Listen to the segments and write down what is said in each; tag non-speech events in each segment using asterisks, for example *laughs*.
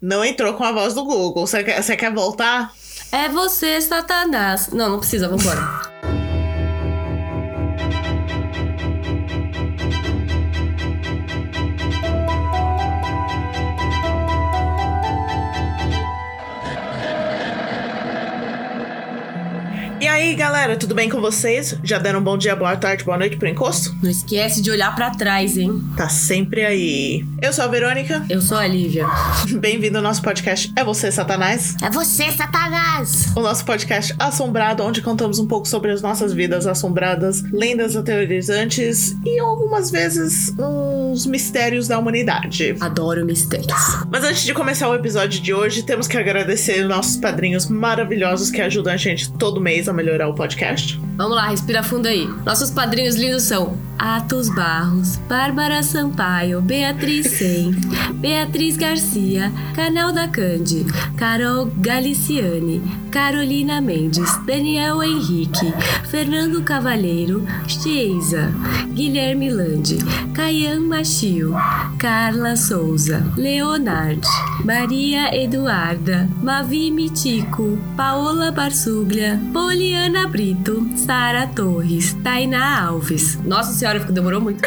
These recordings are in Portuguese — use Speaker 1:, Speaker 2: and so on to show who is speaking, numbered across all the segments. Speaker 1: Não entrou com a voz do Google. Você quer, você quer voltar?
Speaker 2: É você, Satanás. Não, não precisa, vambora.
Speaker 1: E aí, galera, tudo bem com vocês? Já deram um bom dia, boa tarde, boa noite pro encosto?
Speaker 2: não esquece de olhar pra trás, hein?
Speaker 1: Tá sempre aí. Eu sou a Verônica. *laughs*
Speaker 2: Eu sou a Lívia.
Speaker 1: Bem-vindo ao nosso podcast É Você, Satanás.
Speaker 2: É você, Satanás!
Speaker 1: O nosso podcast Assombrado, onde contamos um pouco sobre as nossas vidas assombradas, lendas aterrorizantes e algumas vezes uns mistérios da humanidade.
Speaker 2: Adoro mistérios.
Speaker 1: Mas antes de começar o episódio de hoje, temos que agradecer os nossos padrinhos maravilhosos que ajudam a gente todo mês a melhorar o podcast.
Speaker 2: Vamos lá, respira fundo aí. Nossos padrinhos lindos são Atos Barros, Bárbara Sampaio, Beatriz Sem, Beatriz Garcia, Canal da Cande, Carol Galiciane, Carolina Mendes, Daniel Henrique, Fernando Cavalheiro, Geisa, Guilherme Landi, Caian Machio, Carla Souza, Leonard, Maria Eduarda, Mavi Mitico, Paola Barsuglia, Poliana Brito, Sara Torres, Tainá Alves. Nossa senhora, demorou muito.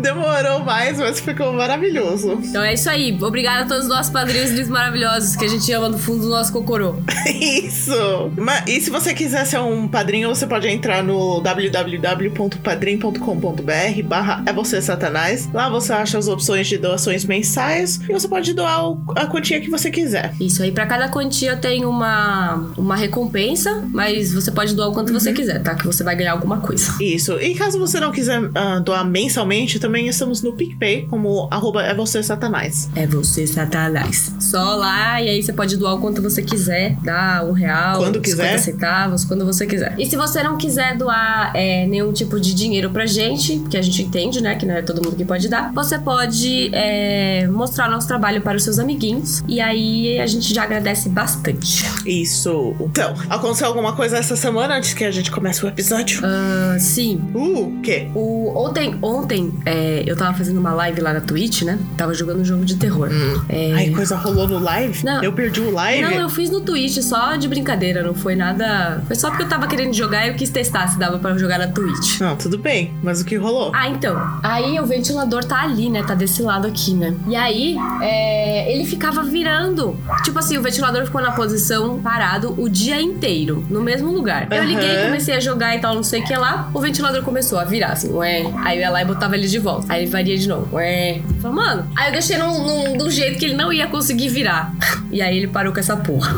Speaker 1: Demorou mais, mas ficou maravilhoso.
Speaker 2: Então é isso aí. Obrigada a todos os nossos padrinhos lindos maravilhosos que a gente ama do fundo do nosso cocorô.
Speaker 1: É Isso! Ma- E se você quiser ser um padrinho, você pode entrar no www.padrim.com.br barra é você satanás. Lá você acha as opções de doações mensais e você pode doar o- a quantia que você quiser.
Speaker 2: Isso aí, pra cada quantia tem uma, uma recompensa, mas você pode doar o quanto você quiser, tá? Que você vai ganhar alguma coisa.
Speaker 1: Isso. E caso você não quiser ah, doar mensalmente, também estamos no PicPay como arroba é você satanás.
Speaker 2: É você, Satanás. Só lá, e aí você pode doar o quanto você quiser. Dá um real,
Speaker 1: Quando
Speaker 2: 50
Speaker 1: quiser.
Speaker 2: centavos, quando você quiser. E se você não quiser doar é, nenhum tipo de dinheiro pra gente, que a gente entende, né? Que não é todo mundo que pode dar, você pode é, mostrar nosso trabalho para os seus amiguinhos. E aí a gente já agradece bastante.
Speaker 1: Isso. Então, aconteceu alguma coisa essa semana antes que a gente comece o episódio?
Speaker 2: Ah, sim,
Speaker 1: Uh, o quê?
Speaker 2: O, ontem, ontem é, eu tava fazendo uma live lá na Twitch, né? Tava jogando um jogo de terror. É,
Speaker 1: Ai, coisa rolou no live?
Speaker 2: Não.
Speaker 1: Eu perdi o live?
Speaker 2: Não, eu fiz no Twitch só de brincadeira, não foi nada. Foi só porque eu tava querendo jogar e eu quis testar se dava pra jogar na Twitch.
Speaker 1: Não, tudo bem, mas o que rolou?
Speaker 2: Ah, então. Aí o ventilador tá ali, né? Tá desse lado aqui, né? E aí, é, ele ficava virando. Tipo assim, o ventilador ficou na posição parado o dia inteiro, no mesmo lugar. Eu
Speaker 1: Aham.
Speaker 2: liguei, comecei a jogar e tal, não sei o que lá. O ventilador começou a virar, assim, ué. Aí eu ia lá e botava ele de volta. Aí ele varia de novo, ué. Eu Falei, mano. Aí eu deixei num, num, de um jeito que ele não ia conseguir virar. *laughs* E aí ele parou com essa porra.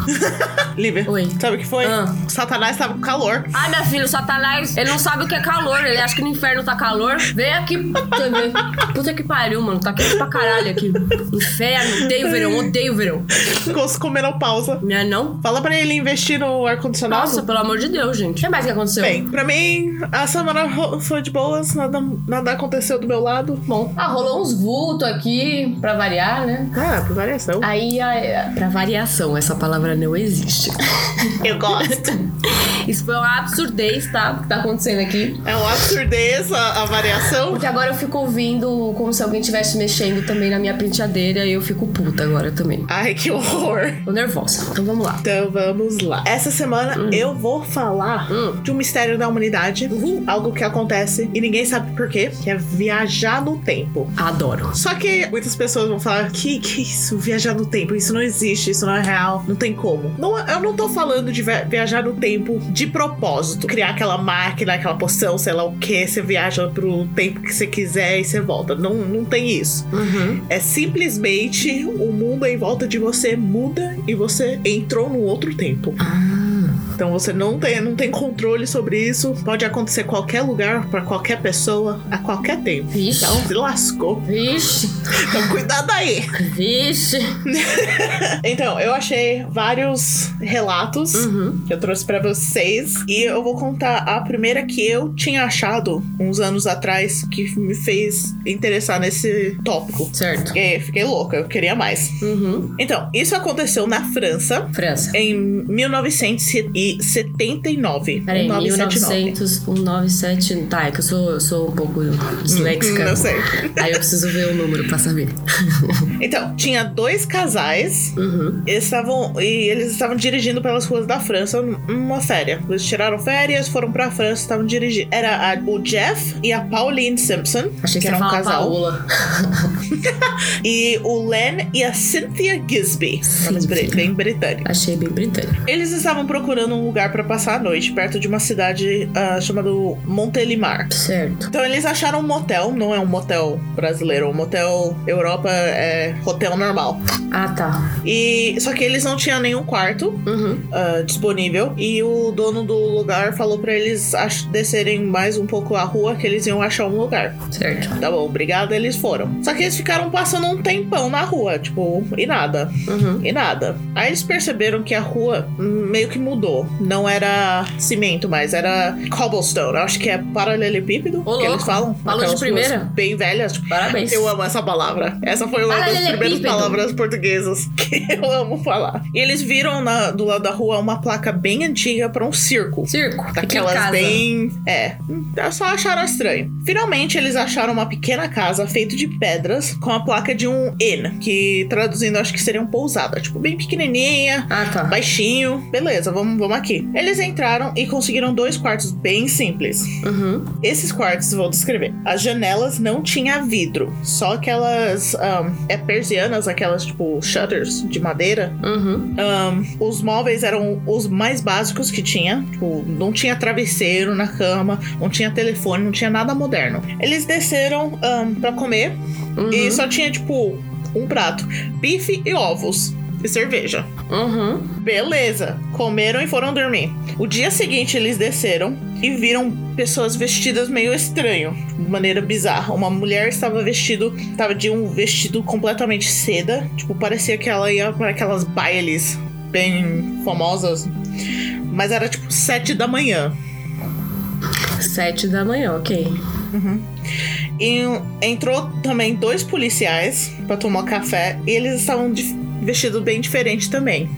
Speaker 1: Lívia,
Speaker 2: Ah, Oi.
Speaker 1: sabe o que foi?
Speaker 2: Ah.
Speaker 1: Satanás tava com calor. *laughs*
Speaker 2: Ai, meu filho, Satanás, ele não sabe o que é calor. Ele acha que no inferno tá calor. Vem aqui, TV. Puta que pariu, mano. Tá quente pra caralho aqui. Inferno, odeio o verão, odeio o verão.
Speaker 1: Ficou com menopausa.
Speaker 2: Não é não?
Speaker 1: Fala pra ele investir no ar-condicionado.
Speaker 2: Nossa, pelo amor de Deus, gente. O que mais que aconteceu?
Speaker 1: Bem, pra mim, a semana ro- foi de boas, nada, nada aconteceu do meu lado. Bom,
Speaker 2: Ah, rolou uns vultos aqui, pra variar, né?
Speaker 1: ah, por variação.
Speaker 2: Aí, a- pra variação, essa palavra não existe. *laughs*
Speaker 1: Eu gosto.
Speaker 2: Isso foi uma absurdez, tá? O que tá acontecendo aqui.
Speaker 1: É uma absurdez a, a
Speaker 2: *laughs*
Speaker 1: variação.
Speaker 2: Porque agora eu fico ouvindo como se alguém estivesse mexendo também na minha penteadeira e eu fico puta agora também.
Speaker 1: Ai, que horror.
Speaker 2: Tô nervosa. Então vamos lá.
Speaker 1: Então vamos lá. Essa semana eu vou falar
Speaker 2: Hum.
Speaker 1: de um mistério da humanidade.
Speaker 2: Uhul.
Speaker 1: Algo que acontece e ninguém sabe por quê, que é viajar no tempo.
Speaker 2: Adoro.
Speaker 1: Só que muitas pessoas vão falar que que é isso, viajar no tempo, isso não existe, isso não é real, não tem como. Não, eu não tô falando de via- viajar no tempo de propósito, criar aquela máquina, aquela poção, sei lá o que, você viaja pro tempo que você quiser e você volta. Não, não tem isso.
Speaker 2: Uhum.
Speaker 1: É simplesmente o mundo em volta de você muda e você entrou num outro tempo.
Speaker 2: Ah,
Speaker 1: Então você não tem, não tem controle sobre isso. Pode acontecer em qualquer lugar, pra qualquer pessoa, a qualquer tempo.
Speaker 2: vixe.
Speaker 1: Então se lascou.
Speaker 2: Vixe,
Speaker 1: Então cuidado aí.
Speaker 2: vixe.
Speaker 1: Então, eu achei vários relatos
Speaker 2: Uhum.
Speaker 1: que eu trouxe pra vocês e eu vou contar a primeira que eu tinha achado uns anos atrás que me fez interessar nesse tópico.
Speaker 2: Certo.
Speaker 1: Fiquei, fiquei louca, eu queria mais.
Speaker 2: Uhum. Um
Speaker 1: Então, isso aconteceu na França
Speaker 2: França.
Speaker 1: em 1900 e 1979.
Speaker 2: Peraí,
Speaker 1: 1979.
Speaker 2: 1900, 197. Tá, é que eu sou, eu sou um pouco disléxica.
Speaker 1: Não sei.
Speaker 2: Aí eu preciso ver o número pra saber.
Speaker 1: Então, tinha dois casais
Speaker 2: Uhum.
Speaker 1: Eles estavam e eles estavam dirigindo pelas ruas da França numa férias. Eles tiraram férias, foram pra França, estavam dirigindo. Era a- o Jeff e a Pauline Simpson,
Speaker 2: Achei que,
Speaker 1: era
Speaker 2: você
Speaker 1: um
Speaker 2: ia falar
Speaker 1: casal,
Speaker 2: Paola.
Speaker 1: e o Len e a Cynthia Gisby, nomes bri-
Speaker 2: Cynthia.
Speaker 1: bem britânico.
Speaker 2: Achei bem britânico.
Speaker 1: Eles estavam procurando um lugar pra passar a noite perto de uma cidade ah, chamada Montelimar.
Speaker 2: Certo.
Speaker 1: Então eles acharam um motel, não é um motel brasileiro, um motel Europa é hotel normal.
Speaker 2: Ah, tá.
Speaker 1: E só que eles não tinham nenhum quarto,
Speaker 2: Uhum.
Speaker 1: ah, disponível e o dono do lugar falou pra eles ach- descerem mais um pouco a rua que eles iam achar um lugar.
Speaker 2: Certo.
Speaker 1: Tá bom, obrigada, eles foram. Só que eles ficaram passando um tempão na rua, tipo, e nada,
Speaker 2: Uhum.
Speaker 1: e nada. Aí eles perceberam que a rua hum, meio que mudou. Não era cimento mais, era cobblestone. Eu Acho que é paralelepípedo
Speaker 2: Ô,
Speaker 1: que
Speaker 2: louco,
Speaker 1: eles falam.
Speaker 2: falou de
Speaker 1: Aquelas ruas
Speaker 2: primeira.
Speaker 1: Bem velhas, tipo,
Speaker 2: Parabéns.
Speaker 1: eu amo essa palavra. Essa foi uma das primeiras
Speaker 2: Paralelepípedo.
Speaker 1: palavras portuguesas que *laughs* eu amo falar. E eles viram na- do lado da rua uma placa bem antiga pra um circo.
Speaker 2: Circo. Aqui em
Speaker 1: Daquelas
Speaker 2: casa.
Speaker 1: bem. É. hum, Só acharam estranho. Finalmente, eles acharam uma pequena casa feita de pedras com a placa de um inn, que traduzindo acho que seria um pousada. Tipo, bem pequenininha,
Speaker 2: Ah, tá.
Speaker 1: baixinho. Beleza, vamos, vamos aqui. Eles entraram e conseguiram dois quartos bem simples.
Speaker 2: Uhum.
Speaker 1: Esses quartos vou descrever. As janelas não tinha vidro, só aquelas ahn, é persianas, aquelas tipo shutters de madeira.
Speaker 2: Uhum.
Speaker 1: Ahn, os móveis eram os mais básicos que tinha, tipo não tinha travesseiro na cama, não tinha telefone, não tinha nada moderno. Eles desceram ahn, pra comer
Speaker 2: Uhum.
Speaker 1: e só tinha tipo um prato, bife e ovos e cerveja.
Speaker 2: Uhum.
Speaker 1: Beleza, comeram e foram dormir. O dia seguinte eles desceram e viram pessoas vestidas meio estranho, de maneira bizarra. Uma mulher estava vestido, estava de um vestido completamente seda, tipo parecia que ela ia para aquelas bailes bem famosas, mas era tipo sete da manhã.
Speaker 2: Sete da manhã, ok.
Speaker 1: E entrou também dois policiais para tomar café e eles estavam de- vestidos bem diferente também.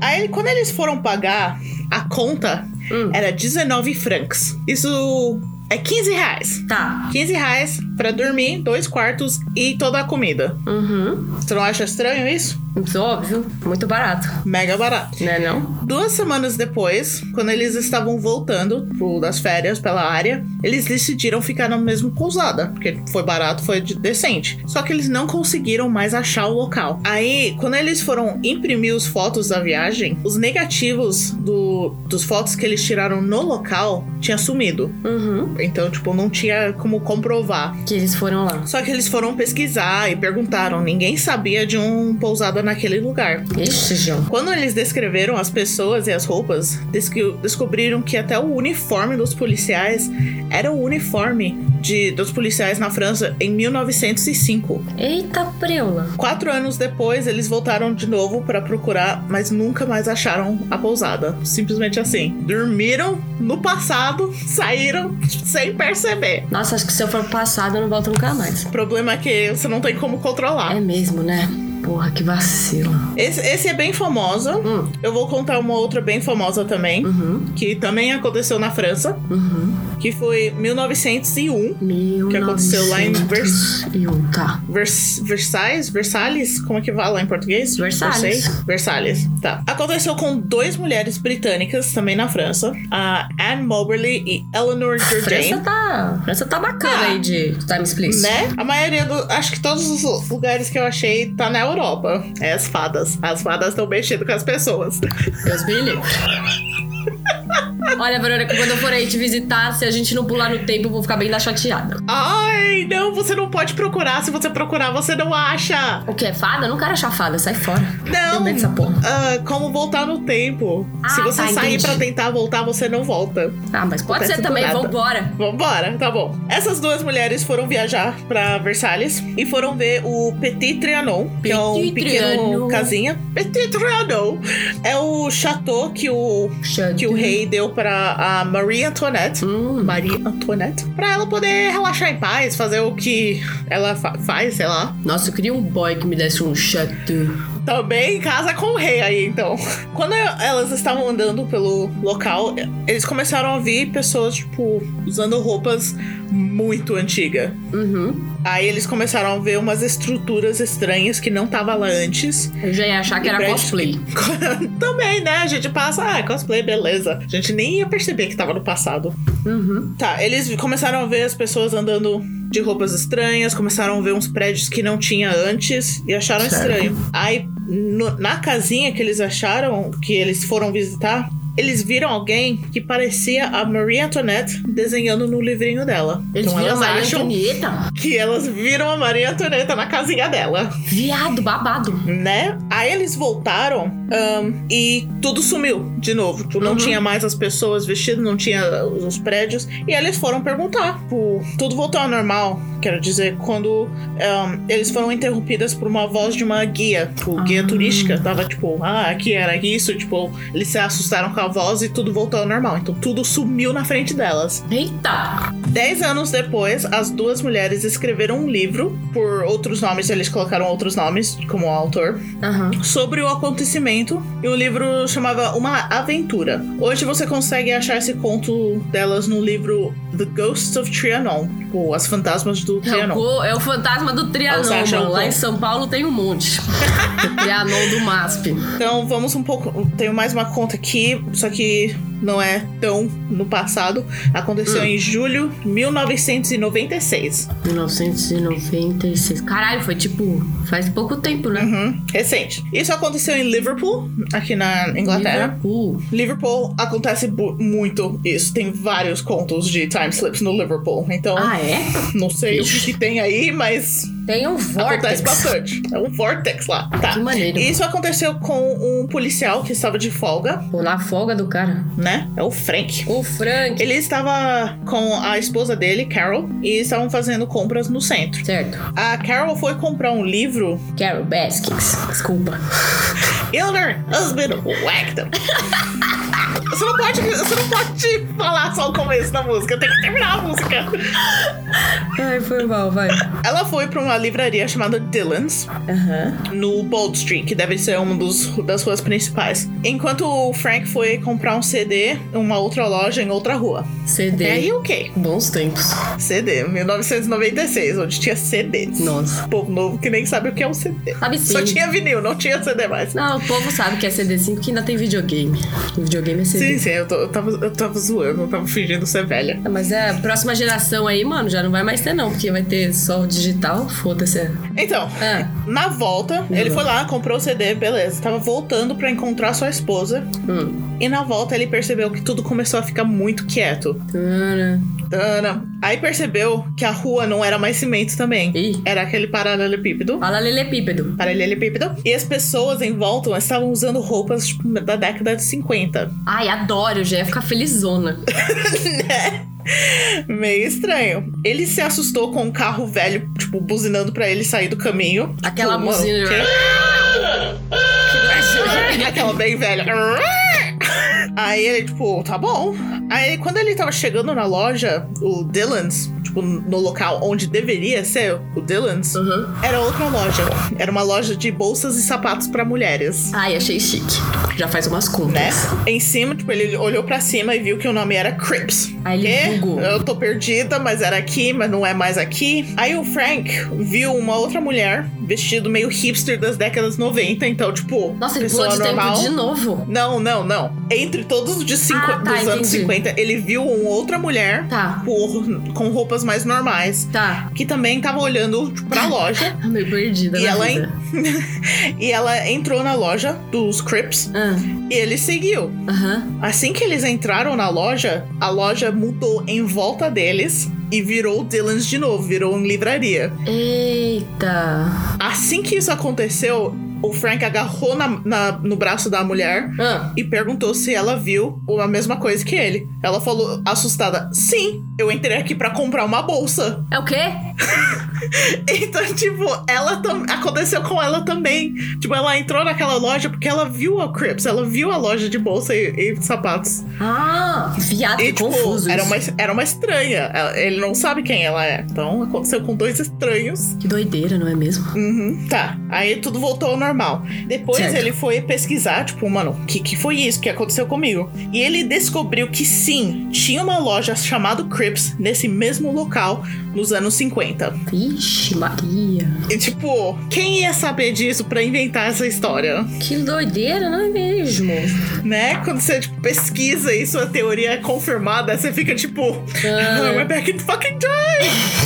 Speaker 1: Aí quando eles foram pagar a conta
Speaker 2: Hum.
Speaker 1: era 19 francos. Isso é 15 reais.
Speaker 2: Tá.
Speaker 1: 15 reais pra dormir, dois quartos e toda a comida.
Speaker 2: Uhum.
Speaker 1: Você não acha estranho isso?
Speaker 2: Isso é óbvio. Muito barato.
Speaker 1: Mega barato.
Speaker 2: Né, não?
Speaker 1: Duas semanas depois, quando eles estavam voltando pro- das férias pela área, eles decidiram ficar na mesma pousada, porque foi barato, foi de- decente. Só que eles não conseguiram mais achar o local. Aí, quando eles foram imprimir os fotos da viagem, os negativos do, dos fotos que eles tiraram no local tinha sumido.
Speaker 2: Uhum.
Speaker 1: Então, tipo, não tinha como comprovar.
Speaker 2: Que eles foram lá.
Speaker 1: Só que eles foram pesquisar e perguntaram. Ninguém sabia de um pousada naquele lugar.
Speaker 2: Ixi, João.
Speaker 1: Quando eles descreveram as pessoas e as roupas, desqui- descobriram que até o uniforme dos policiais era o uniforme de, dos policiais na França em 1905.
Speaker 2: Eita preula.
Speaker 1: Quatro anos depois, eles voltaram de novo pra procurar, mas nunca mais acharam a pousada. Simplesmente assim. Dormiram no passado, *laughs* saíram sem perceber.
Speaker 2: Nossa, acho que se eu for passado, eu não volto nunca mais.
Speaker 1: O problema é que você não tem como controlar.
Speaker 2: É mesmo, né? Porra, que vacilo.
Speaker 1: Esse, esse é bem famoso.
Speaker 2: Hum.
Speaker 1: Eu vou contar uma outra bem famosa também,
Speaker 2: Uhum.
Speaker 1: que também aconteceu na França,
Speaker 2: Uhum.
Speaker 1: que foi 1901.
Speaker 2: Mil
Speaker 1: Que aconteceu lá em Vers-
Speaker 2: E um, tá.
Speaker 1: Vers- Versailles? Versalhes? Como é que vai lá em português?
Speaker 2: Versalhes.
Speaker 1: Versailles. Versalhes, tá. Aconteceu com duas mulheres britânicas também na França, a Anne Moberly e Eleanor Jourdain.
Speaker 2: França tá. França tá bacana
Speaker 1: Ah.
Speaker 2: aí de time split.
Speaker 1: Né? A maioria do. Acho que todos os lugares que eu achei tá na Europa. É as fadas. As fadas estão mexendo com as pessoas.
Speaker 2: Deus me livre. Olha, Verônica, quando eu for aí te visitar, se a gente não pular no tempo, eu vou ficar bem da chateada.
Speaker 1: Ai, não, você não pode procurar. Se você procurar, você não acha.
Speaker 2: O que é fada? Eu não quero achar fada, sai fora.
Speaker 1: Não.
Speaker 2: Deu medo dessa porra.
Speaker 1: Ah, como voltar no tempo.
Speaker 2: Ah,
Speaker 1: Se você
Speaker 2: tá,
Speaker 1: sair
Speaker 2: entendi.
Speaker 1: pra tentar voltar, você não volta.
Speaker 2: Ah, mas pode
Speaker 1: Acontece
Speaker 2: ser
Speaker 1: do
Speaker 2: também,
Speaker 1: nada.
Speaker 2: vambora.
Speaker 1: Vambora, tá bom. Essas duas mulheres foram viajar pra Versalhes e foram ver o Petit Trianon, que é um
Speaker 2: Petit
Speaker 1: pequeno
Speaker 2: Trianon.
Speaker 1: casinha. Petit Trianon é o chateau que o
Speaker 2: Xande.
Speaker 1: que o rei deu pra a Marie Antoinette.
Speaker 2: Hum,
Speaker 1: Marie Antoinette. Pra ela poder relaxar em paz, fazer o que ela fa- faz, sei lá.
Speaker 2: nossa, eu queria um boy que me desse um chateau.
Speaker 1: Também casa com o rei aí, então. *laughs* Quando elas estavam andando pelo local, eles começaram a ver pessoas, tipo, usando roupas muito antigas.
Speaker 2: Uhum.
Speaker 1: Aí eles começaram a ver umas estruturas estranhas que não tava lá antes. *laughs*
Speaker 2: Eu já ia achar que era
Speaker 1: Brad
Speaker 2: cosplay.
Speaker 1: Também, né? A gente passa, ah, cosplay, beleza. A gente nem ia perceber que tava no passado.
Speaker 2: Uhum.
Speaker 1: Tá, eles começaram a ver as pessoas andando de roupas estranhas, começaram a ver uns prédios que não tinha antes e acharam
Speaker 2: Certo.
Speaker 1: estranho. Aí, no- na casinha que eles acharam, que eles foram visitar, eles viram alguém que parecia a Marie Antoinette desenhando no livrinho dela.
Speaker 2: Eles
Speaker 1: então
Speaker 2: viram
Speaker 1: elas
Speaker 2: Maria
Speaker 1: acham
Speaker 2: Antonieta?
Speaker 1: que elas viram a Maria Antoinette na casinha dela,
Speaker 2: Viado, babado.
Speaker 1: né? Aí eles voltaram ahn, e tudo sumiu de novo. Tu Não
Speaker 2: Uhum.
Speaker 1: tinha mais as pessoas vestidas, não tinha os os prédios. E eles foram perguntar. Tipo, tudo voltou ao normal. Quero dizer, quando ahn, eles foram interrompidas por uma voz de uma guia, tipo, guia
Speaker 2: Ah.
Speaker 1: turística. Tava tipo, ah, aqui era isso. Tipo, eles se assustaram com a voz e tudo voltou ao normal. Então tudo sumiu na frente delas.
Speaker 2: Eita!
Speaker 1: Dez anos depois, as duas mulheres escreveram um livro, por outros nomes, eles colocaram outros nomes como autor,
Speaker 2: Aham.
Speaker 1: sobre o acontecimento. E o livro chamava Uma Aventura. Hoje você consegue achar esse conto delas no livro The Ghosts of Trianon tipo, As Fantasmas do
Speaker 2: É o,
Speaker 1: Trianon.
Speaker 2: co- é o fantasma do Trianon,
Speaker 1: Você acha
Speaker 2: mano.
Speaker 1: o
Speaker 2: Lá
Speaker 1: co-
Speaker 2: em São Paulo tem
Speaker 1: *laughs*
Speaker 2: um monte. Trianon do MASP.
Speaker 1: Então vamos um pouco. Tenho mais uma conta aqui, só que não é tão no passado. Aconteceu em julho de 1996.
Speaker 2: 1996. Caralho, foi tipo, faz pouco tempo, né?
Speaker 1: Uhum, recente. Isso aconteceu em Liverpool, aqui na Inglaterra.
Speaker 2: Liverpool.
Speaker 1: Liverpool acontece bu- muito isso. Tem vários contos de timeslips no Liverpool. Então,
Speaker 2: Ah, é?
Speaker 1: não sei o que, que tem aí, mas
Speaker 2: Tem um
Speaker 1: acontece
Speaker 2: Vortex.
Speaker 1: bastante. É um vortex lá. Tá.
Speaker 2: Que maneiro.
Speaker 1: Isso aconteceu com um policial que estava de folga,
Speaker 2: Pô, na folga do cara.
Speaker 1: né? É o Frank.
Speaker 2: O Frank.
Speaker 1: Ele estava com a esposa dele, Carol, e estavam fazendo compras no centro.
Speaker 2: Certo.
Speaker 1: A Carol foi comprar um livro,
Speaker 2: Carol Baskins. Desculpa.
Speaker 1: Elder Husband
Speaker 2: *laughs*
Speaker 1: Wagner. Você não, pode, você não pode falar só o começo da música, tem que terminar a música.
Speaker 2: Ai, foi mal, vai.
Speaker 1: Ela foi pra uma livraria chamada Dylan's,
Speaker 2: Aham.
Speaker 1: no Bold Street, que deve ser uma dos, das ruas principais. Enquanto o Frank foi comprar um CD em uma outra loja em outra rua.
Speaker 2: CD.
Speaker 1: É aí, ok.
Speaker 2: Bons tempos.
Speaker 1: CD, 1996, onde tinha CDs.
Speaker 2: Nossa.
Speaker 1: Povo novo que nem sabe o que é um CD.
Speaker 2: Sabe sim.
Speaker 1: Só tinha vinil, não tinha CD mais.
Speaker 2: Não, o povo sabe que é CD5 que ainda tem videogame. O videogame é CD.
Speaker 1: Sim, sim, eu, tô- eu tava, eu tava zoando, eu tava fingindo ser velha.
Speaker 2: Ah, Mas é, a próxima geração aí, mano, já não vai mais ter, não, porque vai ter só o digital. Foda-se.
Speaker 1: Então,
Speaker 2: Ah,
Speaker 1: na volta, ele
Speaker 2: Uhum.
Speaker 1: foi lá, comprou o CD, beleza. Tava voltando pra encontrar sua esposa.
Speaker 2: hum.
Speaker 1: E na volta ele percebeu que tudo começou a ficar muito quieto.
Speaker 2: Tana.
Speaker 1: Tana. Aí percebeu que a rua não era mais cimento também.
Speaker 2: Ih.
Speaker 1: Era aquele paralelepípedo.
Speaker 2: Fala Lelepípedo.
Speaker 1: Paralelepípedo. E as pessoas em volta estavam usando roupas tipo, da década de 50.
Speaker 2: Ai, adoro, já ia ficar
Speaker 1: *laughs*
Speaker 2: felizona.
Speaker 1: Meio estranho. Ele se assustou com um carro velho, tipo, buzinando pra ele sair do caminho.
Speaker 2: Aquela
Speaker 1: Tipo, mano,
Speaker 2: buzina. né?
Speaker 1: quê? é Aquela bem velha. Aí ele, tipo, tá bom. Aí quando ele tava chegando na loja, o Dylan's, tipo, no local onde deveria ser o Dylan's,
Speaker 2: Uhum.
Speaker 1: era outra loja. Era uma loja de bolsas e sapatos pra mulheres.
Speaker 2: Ai, achei chique. Já faz umas
Speaker 1: Né?
Speaker 2: compras.
Speaker 1: Em cima, tipo, ele olhou pra cima e viu que o nome era Crips.
Speaker 2: Aí ele
Speaker 1: Quê?
Speaker 2: bugou.
Speaker 1: Eu tô perdida, mas era aqui, mas não é mais aqui. Aí o Frank viu uma outra mulher vestido meio hipster das décadas 90, então, tipo,
Speaker 2: Nossa, ele pulou de tempo de novo.
Speaker 1: Não, não, não. Entre todos de cinqu-
Speaker 2: Ah, tá,
Speaker 1: dos anos
Speaker 2: entendi.
Speaker 1: 50, ele viu uma outra mulher
Speaker 2: Tá,
Speaker 1: por- com roupas mais normais.
Speaker 2: tá. *laughs*
Speaker 1: Que também tava olhando tipo, pra loja.
Speaker 2: Tô meio perdida.
Speaker 1: E
Speaker 2: na
Speaker 1: ela,
Speaker 2: vida.
Speaker 1: *laughs* E ela entrou na loja dos Crips
Speaker 2: Ah,
Speaker 1: e ele seguiu.
Speaker 2: Aham.
Speaker 1: Assim que eles entraram na loja, a loja mudou em volta deles e virou Dylan's de novo, virou uma livraria.
Speaker 2: Eita.
Speaker 1: Assim que isso aconteceu, o Frank agarrou na- na- no braço da mulher
Speaker 2: Ah,
Speaker 1: e perguntou se ela viu a mesma coisa que ele. Ela falou assustada: Sim, eu entrei aqui pra comprar uma bolsa. *laughs*
Speaker 2: é o quê?
Speaker 1: Então, tipo, ela tam- aconteceu com ela também. Tipo, ela entrou naquela loja porque ela viu a Crips, ela viu a loja de bolsa e, e sapatos.
Speaker 2: Ah, viado,
Speaker 1: E,
Speaker 2: que
Speaker 1: tipo,
Speaker 2: confuso.
Speaker 1: era
Speaker 2: isso.
Speaker 1: uma, era uma estranha. Ela- Ele não sabe quem ela é. Então, aconteceu com dois estranhos.
Speaker 2: Que doideira, não é mesmo?
Speaker 1: Uhum, tá. Aí tudo voltou ao normal. Depois
Speaker 2: Certo.
Speaker 1: ele foi pesquisar, tipo, mano, o que, que foi isso que aconteceu comigo? E ele descobriu que sim, tinha uma loja chamada Crips nesse mesmo local nos anos 50.
Speaker 2: Vixe, Maria.
Speaker 1: E tipo, quem ia saber disso pra inventar essa história?
Speaker 2: Que doideira, não é mesmo?
Speaker 1: Né? Quando você tipo, pesquisa e sua teoria é confirmada, você fica tipo,
Speaker 2: Ah.
Speaker 1: we're back in fucking time.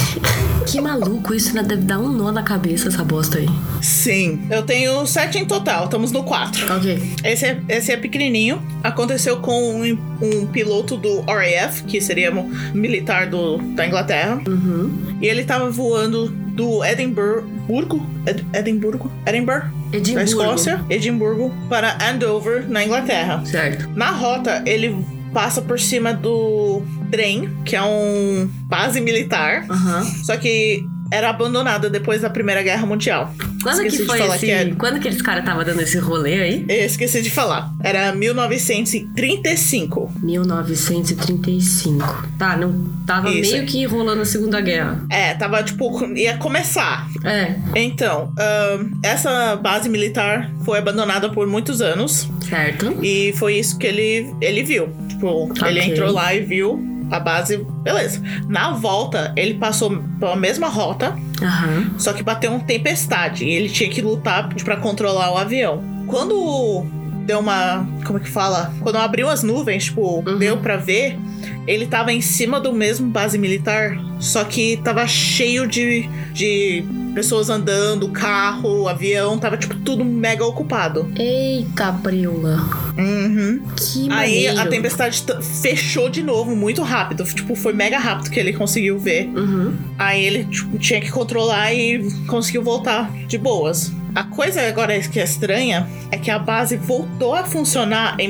Speaker 2: Que maluco, isso né? deve dar um nó na cabeça essa bosta aí.
Speaker 1: Sim, eu tenho sete em total, estamos no quatro.
Speaker 2: Ok.
Speaker 1: Esse é, esse é pequenininho. Aconteceu com um, um piloto do RAF, que seria um militar do, da Inglaterra.
Speaker 2: Uhum.
Speaker 1: E ele tava voando do Edimburgo. Burgo? Ed- Edimburgo? Edinburgh?
Speaker 2: Edimburgo.
Speaker 1: Da Escócia, Edimburgo, para Andover, na Inglaterra.
Speaker 2: Certo.
Speaker 1: Na rota, ele passa por cima do trem, que é um base militar.
Speaker 2: Aham.
Speaker 1: Só que era abandonada depois da Primeira Guerra Mundial.
Speaker 2: Quando
Speaker 1: Esqueci
Speaker 2: que
Speaker 1: de
Speaker 2: foi
Speaker 1: falar
Speaker 2: esse...
Speaker 1: que é era-
Speaker 2: Quando que eles caras tava dando esse rolê aí?
Speaker 1: Eu esqueci de falar. Era 1935.
Speaker 2: 1935. Tá, não tava
Speaker 1: Isso.
Speaker 2: meio que rolando a Segunda Guerra.
Speaker 1: É, tava tipo. com- ia começar.
Speaker 2: É,
Speaker 1: Então, ahn, essa base militar foi abandonada por muitos anos.
Speaker 2: certo.
Speaker 1: E foi isso que ele, ele viu. Tipo, ele
Speaker 2: Ok.
Speaker 1: entrou lá e viu a base. Beleza. Na volta, ele passou pela mesma rota.
Speaker 2: Aham.
Speaker 1: Só que bateu uma tempestade e ele tinha que lutar pra controlar o avião. Quando deu uma. Como é que fala? Quando abriu as nuvens, tipo,
Speaker 2: Uhum.
Speaker 1: deu pra ver, ele tava em cima do mesmo base militar, só que tava cheio de, de pessoas andando, carro, avião, tava, tipo, tudo mega ocupado.
Speaker 2: Eita, preula.
Speaker 1: Uhum.
Speaker 2: Que
Speaker 1: Aí
Speaker 2: maneiro.
Speaker 1: a tempestade t- fechou de novo muito rápido. Tipo, foi mega rápido que ele conseguiu ver.
Speaker 2: Uhum.
Speaker 1: Aí ele tipo, tinha que controlar e conseguiu voltar de boas. A coisa agora que é estranha é que a base voltou a funcionar em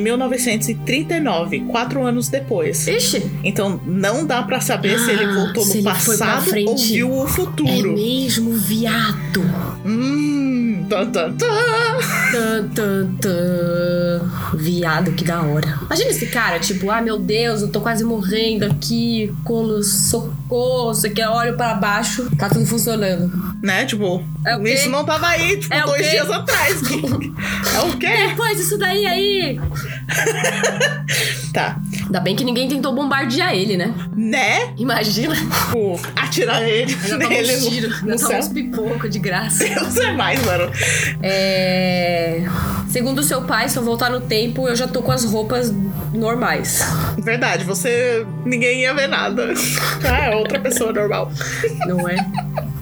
Speaker 1: 1939, quatro anos depois.
Speaker 2: Ixi.
Speaker 1: Então não dá pra saber se ele
Speaker 2: Ah,
Speaker 1: voltou
Speaker 2: se
Speaker 1: no
Speaker 2: ele foi pra
Speaker 1: passado
Speaker 2: frente.
Speaker 1: ou viu o
Speaker 2: É
Speaker 1: futuro.
Speaker 2: mesmo, viado.
Speaker 1: Hum, tá. tan, tan, tan.
Speaker 2: Tã, tã, tã. Viado, que da hora. Imagina esse cara, tipo, ah, meu Deus, eu tô quase morrendo aqui, colo, socorro, isso aqui, olho pra baixo, tá tudo funcionando.
Speaker 1: Né, tipo,
Speaker 2: É o quê?
Speaker 1: isso não tava aí, tipo,
Speaker 2: É o
Speaker 1: dois
Speaker 2: quê?
Speaker 1: dias atrás. é o quê?
Speaker 2: Depois isso daí aí.
Speaker 1: Tá.
Speaker 2: Ainda bem que ninguém tentou bombardear ele, né?
Speaker 1: Né?
Speaker 2: Imagina.
Speaker 1: Tipo, atirar ele
Speaker 2: *laughs* Ainda tomou
Speaker 1: nele
Speaker 2: uns
Speaker 1: no-
Speaker 2: tiros,
Speaker 1: no
Speaker 2: ainda tomou
Speaker 1: céu. *laughs*
Speaker 2: uns pipoco de graça.
Speaker 1: Deus é mais, mano.
Speaker 2: É. Segundo seu pai, se eu voltar no tempo, eu já tô com as roupas normais.
Speaker 1: Verdade, você. ninguém ia ver nada. *laughs* Ah, é outra pessoa normal.
Speaker 2: Não é?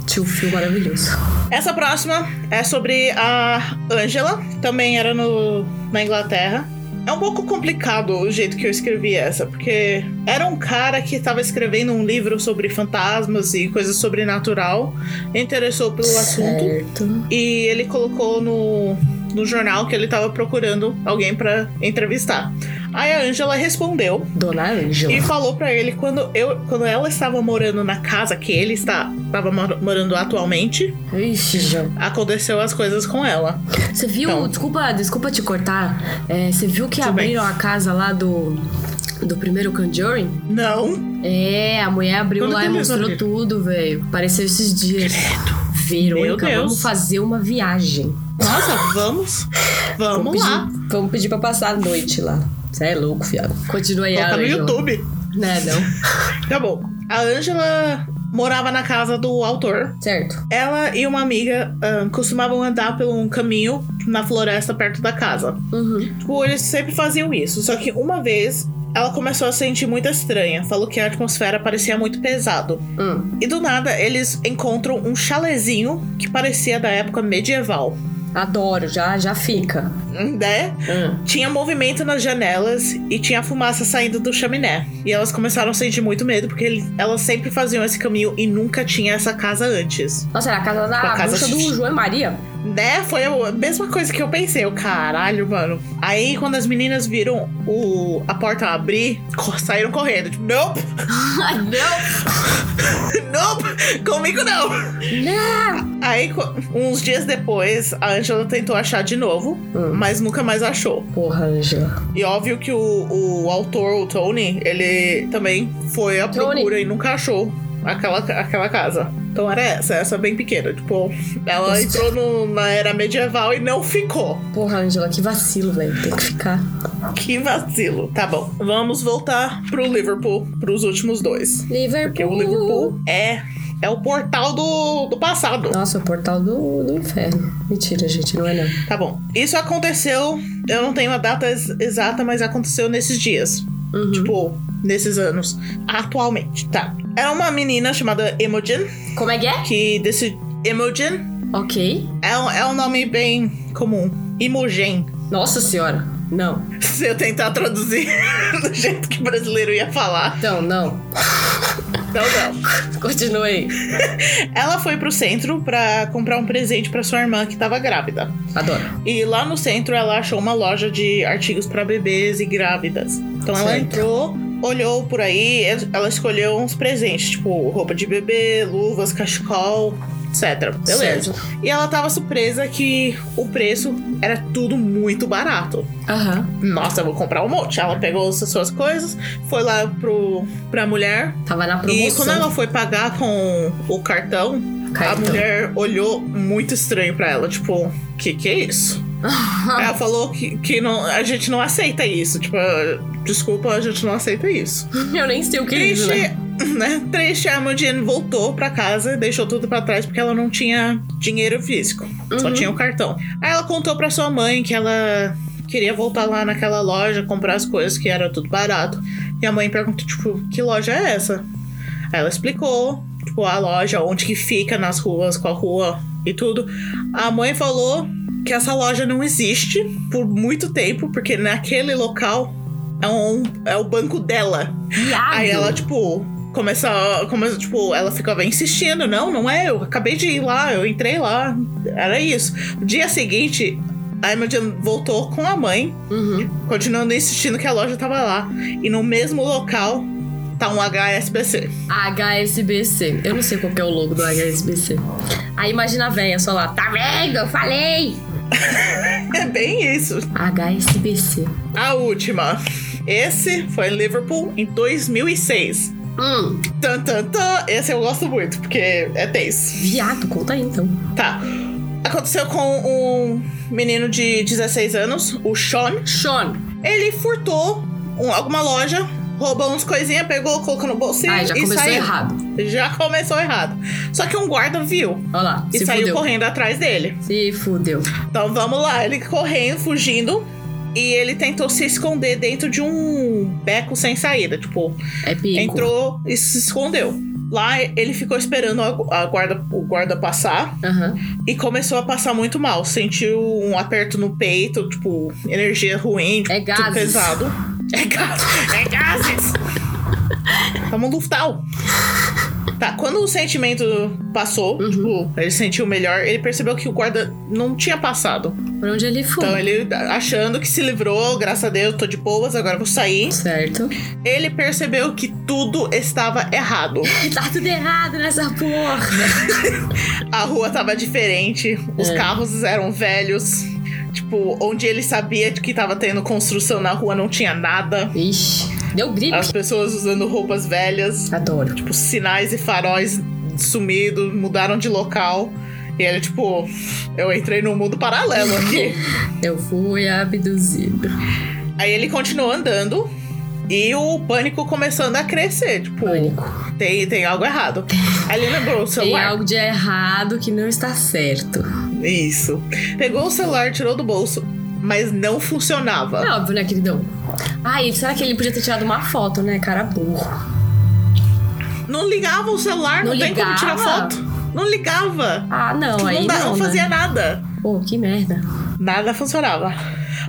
Speaker 2: Tio Fio maravilhoso.
Speaker 1: Essa próxima é sobre a Angela, também era no, na Inglaterra. É um pouco complicado o jeito que eu escrevi essa, porque era um cara que estava escrevendo um livro sobre fantasmas e coisa sobrenatural, interessou pelo assunto
Speaker 2: Certo.
Speaker 1: e ele colocou no, no jornal que ele estava procurando alguém para entrevistar. Aí a Angela respondeu
Speaker 2: Dona Ângela.
Speaker 1: E falou pra ele quando, eu, quando ela estava morando na casa que ele está, estava mor- morando atualmente,
Speaker 2: Ixi, João.
Speaker 1: aconteceu as coisas com ela.
Speaker 2: Você viu,
Speaker 1: Então.
Speaker 2: desculpa, desculpa te cortar. é, você viu que
Speaker 1: Tudo bem.
Speaker 2: abriram a casa lá do. Do primeiro Conjuring?
Speaker 1: Não.
Speaker 2: É, a mulher abriu
Speaker 1: Quando
Speaker 2: lá
Speaker 1: que
Speaker 2: e
Speaker 1: eles
Speaker 2: mostrou
Speaker 1: abriram?
Speaker 2: tudo, velho. Apareceu esses dias. Verônica,
Speaker 1: Meu Deus.
Speaker 2: vamos fazer uma viagem.
Speaker 1: Nossa, vamos. Vamos
Speaker 2: pedir,
Speaker 1: lá.
Speaker 2: Vamos pedir pra passar a noite lá. Você é louco, fiado. Continua aí,
Speaker 1: Colocar no
Speaker 2: Ângela.
Speaker 1: YouTube.
Speaker 2: Né, não?
Speaker 1: Tá bom. A Angela morava na casa do autor.
Speaker 2: Certo.
Speaker 1: Ela e uma amiga ahn, costumavam andar por um caminho na floresta perto da casa.
Speaker 2: Uhum.
Speaker 1: Tipo, eles sempre faziam isso. Só que uma vez ela começou a se sentir muito estranha. Falou que a atmosfera parecia muito pesado.
Speaker 2: Hum.
Speaker 1: E do nada eles encontram um chalezinho que parecia da época medieval,
Speaker 2: Adoro, já, já fica.
Speaker 1: né?
Speaker 2: Hum.
Speaker 1: Tinha movimento nas janelas e tinha fumaça saindo do chaminé. E elas começaram a sentir muito medo porque ele- elas sempre faziam esse caminho e nunca tinha essa casa antes,
Speaker 2: Nossa, era a casa da
Speaker 1: Tipo, a casa
Speaker 2: bruxa do
Speaker 1: de-
Speaker 2: João e Maria?
Speaker 1: né? Foi a mesma coisa que eu pensei, eu, caralho, mano. Aí quando as meninas viram *laughs* o a porta abrir, co- saíram correndo, tipo, nope.
Speaker 2: Ai, não!
Speaker 1: *laughs* nope, comigo não.
Speaker 2: Não!
Speaker 1: Aí, co- uns dias depois, a Angela tentou achar de novo,
Speaker 2: Hum.
Speaker 1: mas nunca mais achou.
Speaker 2: Porra, Angela.
Speaker 1: E óbvio que o, o autor, o Tony, ele também foi à
Speaker 2: Tony.
Speaker 1: procura e nunca achou aquela, ca- aquela casa. Então era essa, essa bem pequena. Tipo, ela
Speaker 2: Nossa.
Speaker 1: entrou no- na era medieval e não ficou.
Speaker 2: Porra, Angela, que vacilo, velho. Tem que ficar.
Speaker 1: Que vacilo. Tá bom, vamos voltar pro Liverpool, pros últimos dois.
Speaker 2: Liverpool.
Speaker 1: Porque o Liverpool é, é o portal do, do passado.
Speaker 2: Nossa, o portal do, do inferno. Mentira, gente, não é não.
Speaker 1: Tá bom. Isso aconteceu, eu não tenho a data ex- exata, mas aconteceu nesses dias.
Speaker 2: Uhum.
Speaker 1: Tipo, nesses anos. Atualmente, tá. Era uma menina chamada Imogen,
Speaker 2: Como é que é?
Speaker 1: que desse. Imogen
Speaker 2: Ok.
Speaker 1: é um, é um nome bem comum. Imogen. *laughs*
Speaker 2: Nossa senhora. Não.
Speaker 1: Se eu tentar traduzir *laughs* do jeito que brasileiro ia falar.
Speaker 2: Então, não. *laughs*
Speaker 1: Então, não.
Speaker 2: Continuei.
Speaker 1: Ela foi pro centro pra comprar um presente pra sua irmã que tava grávida.
Speaker 2: Adoro.
Speaker 1: E lá no centro ela achou uma loja de artigos pra bebês e grávidas. Então ela
Speaker 2: Certo.
Speaker 1: entrou, olhou por aí, ela escolheu uns presentes, tipo roupa de bebê, luvas, cachecol, etc. Beleza.
Speaker 2: Certo.
Speaker 1: E ela tava surpresa que o preço era tudo muito barato.
Speaker 2: Aham.
Speaker 1: Nossa, eu vou comprar um monte. Ela pegou as suas coisas, foi lá pro, pra mulher.
Speaker 2: Tava na
Speaker 1: E quando
Speaker 2: promoção.
Speaker 1: ela foi pagar com o cartão, a
Speaker 2: Cartão.
Speaker 1: mulher olhou muito estranho pra ela. Tipo, que que é isso? Ela falou que, que não, a gente não aceita isso. Tipo, desculpa, a gente não aceita isso.
Speaker 2: *laughs* Eu nem sei o que é
Speaker 1: Triste,
Speaker 2: isso, né?
Speaker 1: *laughs* né? Triste, a Amandine voltou pra casa e deixou tudo pra trás porque ela não tinha dinheiro físico. Só
Speaker 2: Uhum.
Speaker 1: tinha o cartão. Aí ela contou pra sua mãe que ela queria voltar lá naquela loja, comprar as coisas que era tudo barato. E a mãe perguntou, tipo, que loja é essa? Aí ela explicou, tipo, a loja, onde que fica nas ruas, qual rua e tudo. A mãe falou que essa loja não existe por muito tempo, porque naquele local é, um, é o banco dela.
Speaker 2: Viado.
Speaker 1: Aí ela, tipo, começa, começa, tipo, ela ficava insistindo, não, não é, eu acabei de ir lá, eu entrei lá, era isso. No dia seguinte, a Imogen voltou com a mãe,
Speaker 2: Uhum.
Speaker 1: continuando insistindo que a loja tava lá. E no mesmo local tá um HSBC.
Speaker 2: HSBC. Eu não sei qual que é o logo do HSBC. Aí imagina a véia só lá. Tá vendo? Eu falei!
Speaker 1: *laughs* É bem isso.
Speaker 2: HSBC.
Speaker 1: A última. Esse foi em Liverpool em 2006.
Speaker 2: Hum.
Speaker 1: Tan, tan, tan. Esse eu gosto muito, porque é tenso.
Speaker 2: Viado, conta aí então.
Speaker 1: Tá. Aconteceu com um menino de 16 anos, o Sean.
Speaker 2: Sean.
Speaker 1: Ele furtou um- alguma loja, roubou uns coisinhas, pegou, colocou no bolsinho
Speaker 2: Ai, já
Speaker 1: e
Speaker 2: começou
Speaker 1: saiu.
Speaker 2: errado.
Speaker 1: Já começou errado. Só que um guarda viu
Speaker 2: Olha lá.
Speaker 1: e
Speaker 2: se
Speaker 1: saiu
Speaker 2: fudeu.
Speaker 1: correndo atrás dele.
Speaker 2: Se fudeu.
Speaker 1: Então vamos lá, ele correndo, fugindo. E ele tentou se esconder dentro de um beco sem saída. Tipo,
Speaker 2: É pico.
Speaker 1: entrou e se escondeu. Lá ele ficou esperando a a guarda, o guarda passar.
Speaker 2: Aham.
Speaker 1: E começou a passar muito mal. Sentiu um aperto no peito, tipo, energia ruim, tipo,
Speaker 2: É
Speaker 1: tudo
Speaker 2: gases.
Speaker 1: pesado. É gases! É gases! *laughs* Tamo luftal. Tá, quando o sentimento passou,
Speaker 2: Uhum.
Speaker 1: tipo, ele sentiu melhor, ele percebeu que o guarda não tinha passado.
Speaker 2: Pra onde ele foi?
Speaker 1: Então ele achando que se livrou, graças a Deus, tô de boas, agora vou sair.
Speaker 2: Certo. *laughs*
Speaker 1: Ele percebeu que tudo estava errado.
Speaker 2: Tá tudo errado nessa porra.
Speaker 1: A rua tava diferente, os
Speaker 2: É.
Speaker 1: carros eram velhos. Tipo, onde ele sabia que tava tendo construção na rua não tinha nada.
Speaker 2: Ixi. Deu gripe.
Speaker 1: As pessoas usando roupas velhas,
Speaker 2: Adoro.
Speaker 1: tipo, sinais e faróis sumidos, mudaram de local. E ele, tipo, eu entrei num mundo paralelo
Speaker 2: *laughs*
Speaker 1: aqui.
Speaker 2: Eu fui abduzido.
Speaker 1: Aí ele continuou andando e o pânico começando a crescer. Tipo,
Speaker 2: Pânico.
Speaker 1: tem, tem algo
Speaker 2: *laughs*
Speaker 1: errado. Aí ele lembrou o
Speaker 2: Tem
Speaker 1: celular.
Speaker 2: algo de errado que não está certo.
Speaker 1: Isso. Pegou o celular, tirou do bolso, mas não funcionava.
Speaker 2: É óbvio, né, queridão? Ai, será que ele podia ter tirado uma foto, né? Cara burro.
Speaker 1: Não ligava o celular, não,
Speaker 2: Não
Speaker 1: tem como tirar
Speaker 2: ligava?
Speaker 1: foto. Não ligava.
Speaker 2: Ah, não, aí
Speaker 1: não, dá- não
Speaker 2: não,
Speaker 1: fazia
Speaker 2: né?
Speaker 1: nada.
Speaker 2: Pô, que merda.
Speaker 1: Nada funcionava.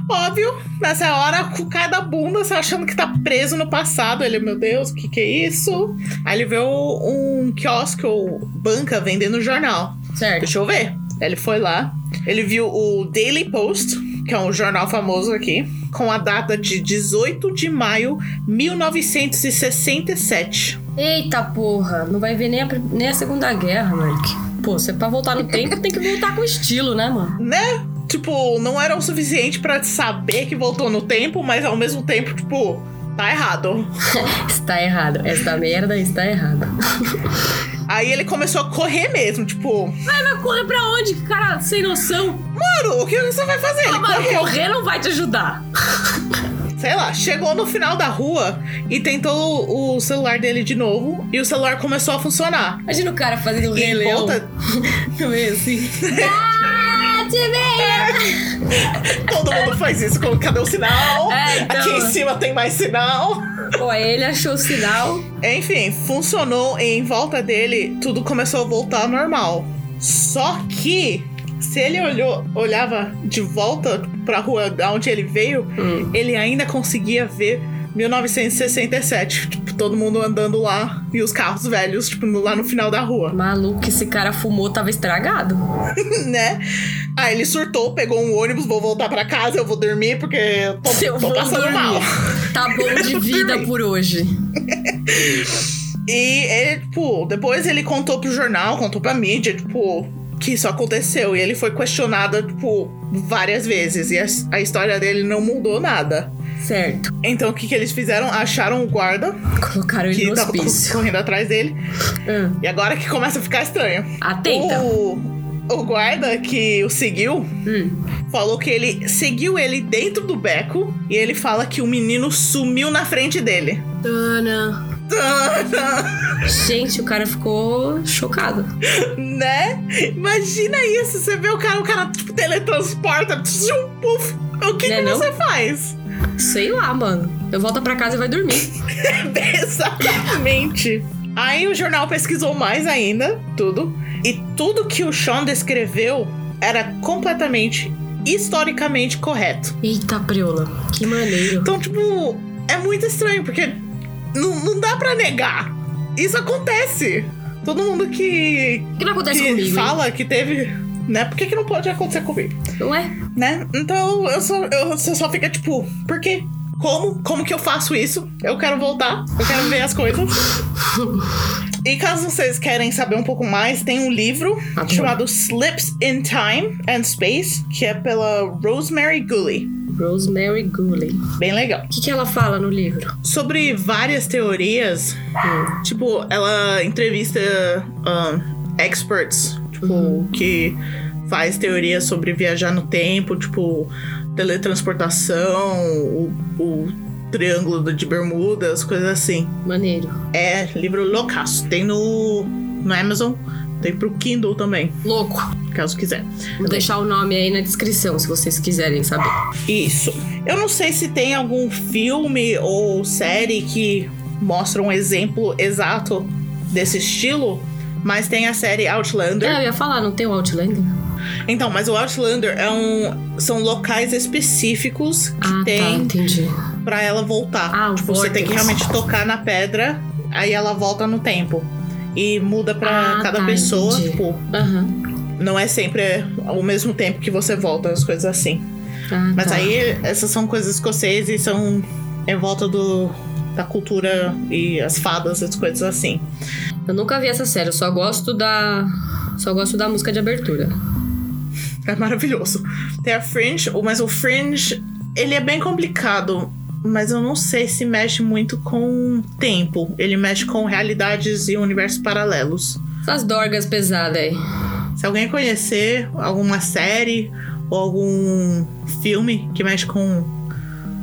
Speaker 1: Óbvio, nessa hora, com cada bunda, você achando que tá preso no passado. Ele, meu Deus, o que que é isso? Aí ele viu um quiosque ou banca vendendo jornal.
Speaker 2: Certo.
Speaker 1: Deixa eu ver. Ele foi lá, ele viu o Daily Post, que é um jornal famoso aqui, com a data de 18 de maio de 1967.
Speaker 2: Eita porra, não vai ver nem a, prim- nem a Segunda Guerra, Mike. Pô, você pra voltar no tempo tem que voltar com estilo, né, mano?
Speaker 1: Né? Tipo, não era o suficiente pra saber que voltou no tempo, mas ao mesmo tempo, tipo, tá errado.
Speaker 2: Está errado. Esta merda está errada.
Speaker 1: Aí ele começou a correr mesmo, tipo,
Speaker 2: Vai correr pra onde, cara? Sem noção.
Speaker 1: mano, o que você vai fazer? Ele
Speaker 2: Ah, mano,
Speaker 1: correu.
Speaker 2: correr não vai te ajudar.
Speaker 1: Sei lá, chegou no final da rua e tentou o- o celular dele de novo e o celular começou a funcionar.
Speaker 2: Imagina o cara fazendo o
Speaker 1: E
Speaker 2: Rei
Speaker 1: em
Speaker 2: Leão. *laughs*
Speaker 1: volta,
Speaker 2: Não é
Speaker 1: *laughs*
Speaker 2: assim? Ah, te veio!
Speaker 1: todo mundo faz isso. com- Cadê o sinal?
Speaker 2: É, então.
Speaker 1: Aqui em cima tem mais sinal.
Speaker 2: Pô, aí ele achou o sinal.
Speaker 1: Enfim, funcionou e em volta dele tudo começou a voltar ao normal. Só que se ele olhou, olhava de volta pra rua da onde ele veio,
Speaker 2: Hum.
Speaker 1: ele ainda conseguia ver 1967. Tipo, todo mundo andando lá e os carros velhos, tipo, no- lá no final da rua, *laughs*
Speaker 2: Maluco, esse cara fumou, tava estragado.
Speaker 1: né? Aí ele surtou, pegou um ônibus, vou voltar pra casa, eu vou dormir porque eu
Speaker 2: *laughs*
Speaker 1: tô,
Speaker 2: Seu
Speaker 1: tô
Speaker 2: voo
Speaker 1: passando
Speaker 2: dormir.
Speaker 1: mal.
Speaker 2: Tá bom de vida por hoje.
Speaker 1: E ele, tipo, depois ele contou pro jornal, contou pra mídia, tipo, que isso aconteceu. E ele foi questionado, tipo, várias vezes. E a, a história dele não mudou nada.
Speaker 2: Certo.
Speaker 1: Então o que, que eles fizeram? Acharam o guarda
Speaker 2: Colocaram ele
Speaker 1: que tá
Speaker 2: no
Speaker 1: tava co-
Speaker 2: hospício.
Speaker 1: correndo atrás dele.
Speaker 2: Hum.
Speaker 1: E agora que começa a ficar estranho.
Speaker 2: Atenta.
Speaker 1: Oh. O, o guarda que o seguiu
Speaker 2: Hum.
Speaker 1: falou que ele seguiu ele dentro do beco. E ele fala que o menino sumiu na frente dele. *laughs*
Speaker 2: Tana. Gente, o cara ficou chocado.
Speaker 1: Né? Imagina isso, você vê o cara, o cara tipo, teletransporta, tchum, puf. O que,
Speaker 2: Né,
Speaker 1: que
Speaker 2: não?
Speaker 1: você faz? *laughs*
Speaker 2: Sei lá, mano. Eu volto pra casa e vai dormir.
Speaker 1: Exatamente. Aí o jornal pesquisou mais ainda, tudo. E tudo que o Sean descreveu era completamente historicamente correto.
Speaker 2: Eita, Priola. Que maneiro.
Speaker 1: Então, tipo, é muito estranho, porque não, não dá pra negar. Isso acontece. Todo mundo que,
Speaker 2: O que não acontece
Speaker 1: que
Speaker 2: comigo? hein?
Speaker 1: fala que teve. Né? Por que, que não pode acontecer comigo?
Speaker 2: Ué?
Speaker 1: né? Então eu só, eu, você só fica tipo, por quê? Como? Como que eu faço isso? Eu quero voltar, eu quero ver as coisas. E caso vocês querem saber um pouco mais, tem um livro
Speaker 2: Adoro.
Speaker 1: chamado Slips in Time and Space, que é pela Rosemary Gooley.
Speaker 2: Rosemary Gooley.
Speaker 1: Bem legal.
Speaker 2: O que, que ela fala no livro?
Speaker 1: Sobre várias teorias,
Speaker 2: Hum.
Speaker 1: tipo, ela entrevista ahn, experts, tipo,
Speaker 2: Uhum.
Speaker 1: que faz teorias sobre viajar no tempo, tipo, teletransportação, o, o triângulo do- de Bermudas, coisas assim.
Speaker 2: Maneiro.
Speaker 1: É livro loucaço. Tem no, no Amazon, tem pro Kindle também,
Speaker 2: Louco.
Speaker 1: caso quiser.
Speaker 2: Vou deixar o nome aí na descrição, se vocês quiserem saber.
Speaker 1: Isso. Eu não sei se tem algum filme ou série que mostra um exemplo exato desse estilo, mas tem a série Outlander.
Speaker 2: É, eu ia falar, não tem o Outlander?
Speaker 1: Então, mas o Outlander é um, são locais específicos que
Speaker 2: Ah, tá,
Speaker 1: tem
Speaker 2: entendi.
Speaker 1: pra ela voltar.
Speaker 2: Ah, o
Speaker 1: tipo, você tem que
Speaker 2: Vortex.
Speaker 1: realmente tocar na pedra, aí ela volta no tempo. E muda pra
Speaker 2: Ah,
Speaker 1: cada
Speaker 2: tá,
Speaker 1: pessoa,
Speaker 2: entendi.
Speaker 1: tipo,
Speaker 2: Aham.
Speaker 1: não é sempre ao mesmo tempo que você volta, as coisas assim.
Speaker 2: Ah,
Speaker 1: Mas
Speaker 2: tá.
Speaker 1: aí essas são coisas escocesas e são em volta do da cultura e as fadas, as coisas assim.
Speaker 2: Eu nunca vi essa série, eu só gosto da. Só gosto da música de abertura.
Speaker 1: É maravilhoso. Tem a Fringe, o- mas o Fringe, ele é bem complicado. Mas eu não sei se mexe muito com tempo. Ele mexe com realidades e universos paralelos.
Speaker 2: Essas dorgas pesadas aí.
Speaker 1: Se alguém conhecer alguma série ou algum filme que mexe com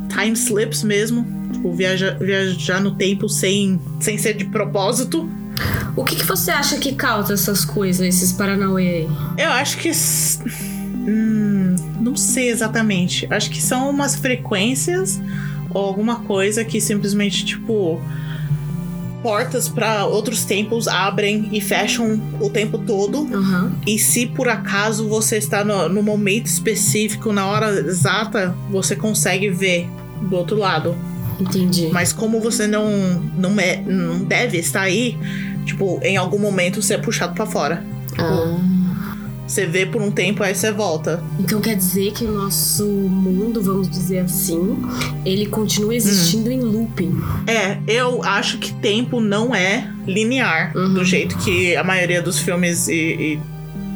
Speaker 1: time slips mesmo, tipo, viaja- viajar no tempo sem, sem ser de propósito,
Speaker 2: O que, que você acha que causa essas coisas, esses Paranauê aí?
Speaker 1: eu acho que. s- Hum, não sei exatamente. Acho que são umas frequências ou alguma coisa que simplesmente, tipo. Portas para outros tempos abrem e fecham o tempo todo.
Speaker 2: Aham.
Speaker 1: E se por acaso você está no, no momento específico, na hora exata, você consegue ver do outro lado.
Speaker 2: Entendi.
Speaker 1: Mas como você não, não, é, não deve estar aí, tipo, em algum momento você é puxado pra fora.
Speaker 2: Ah,
Speaker 1: Você vê por um tempo, aí você volta.
Speaker 2: Então quer dizer que o nosso mundo, vamos dizer assim, ele continua
Speaker 1: Hum.
Speaker 2: existindo em looping.
Speaker 1: É, eu acho que tempo não é linear
Speaker 2: Uhum.
Speaker 1: do jeito que a maioria dos filmes e,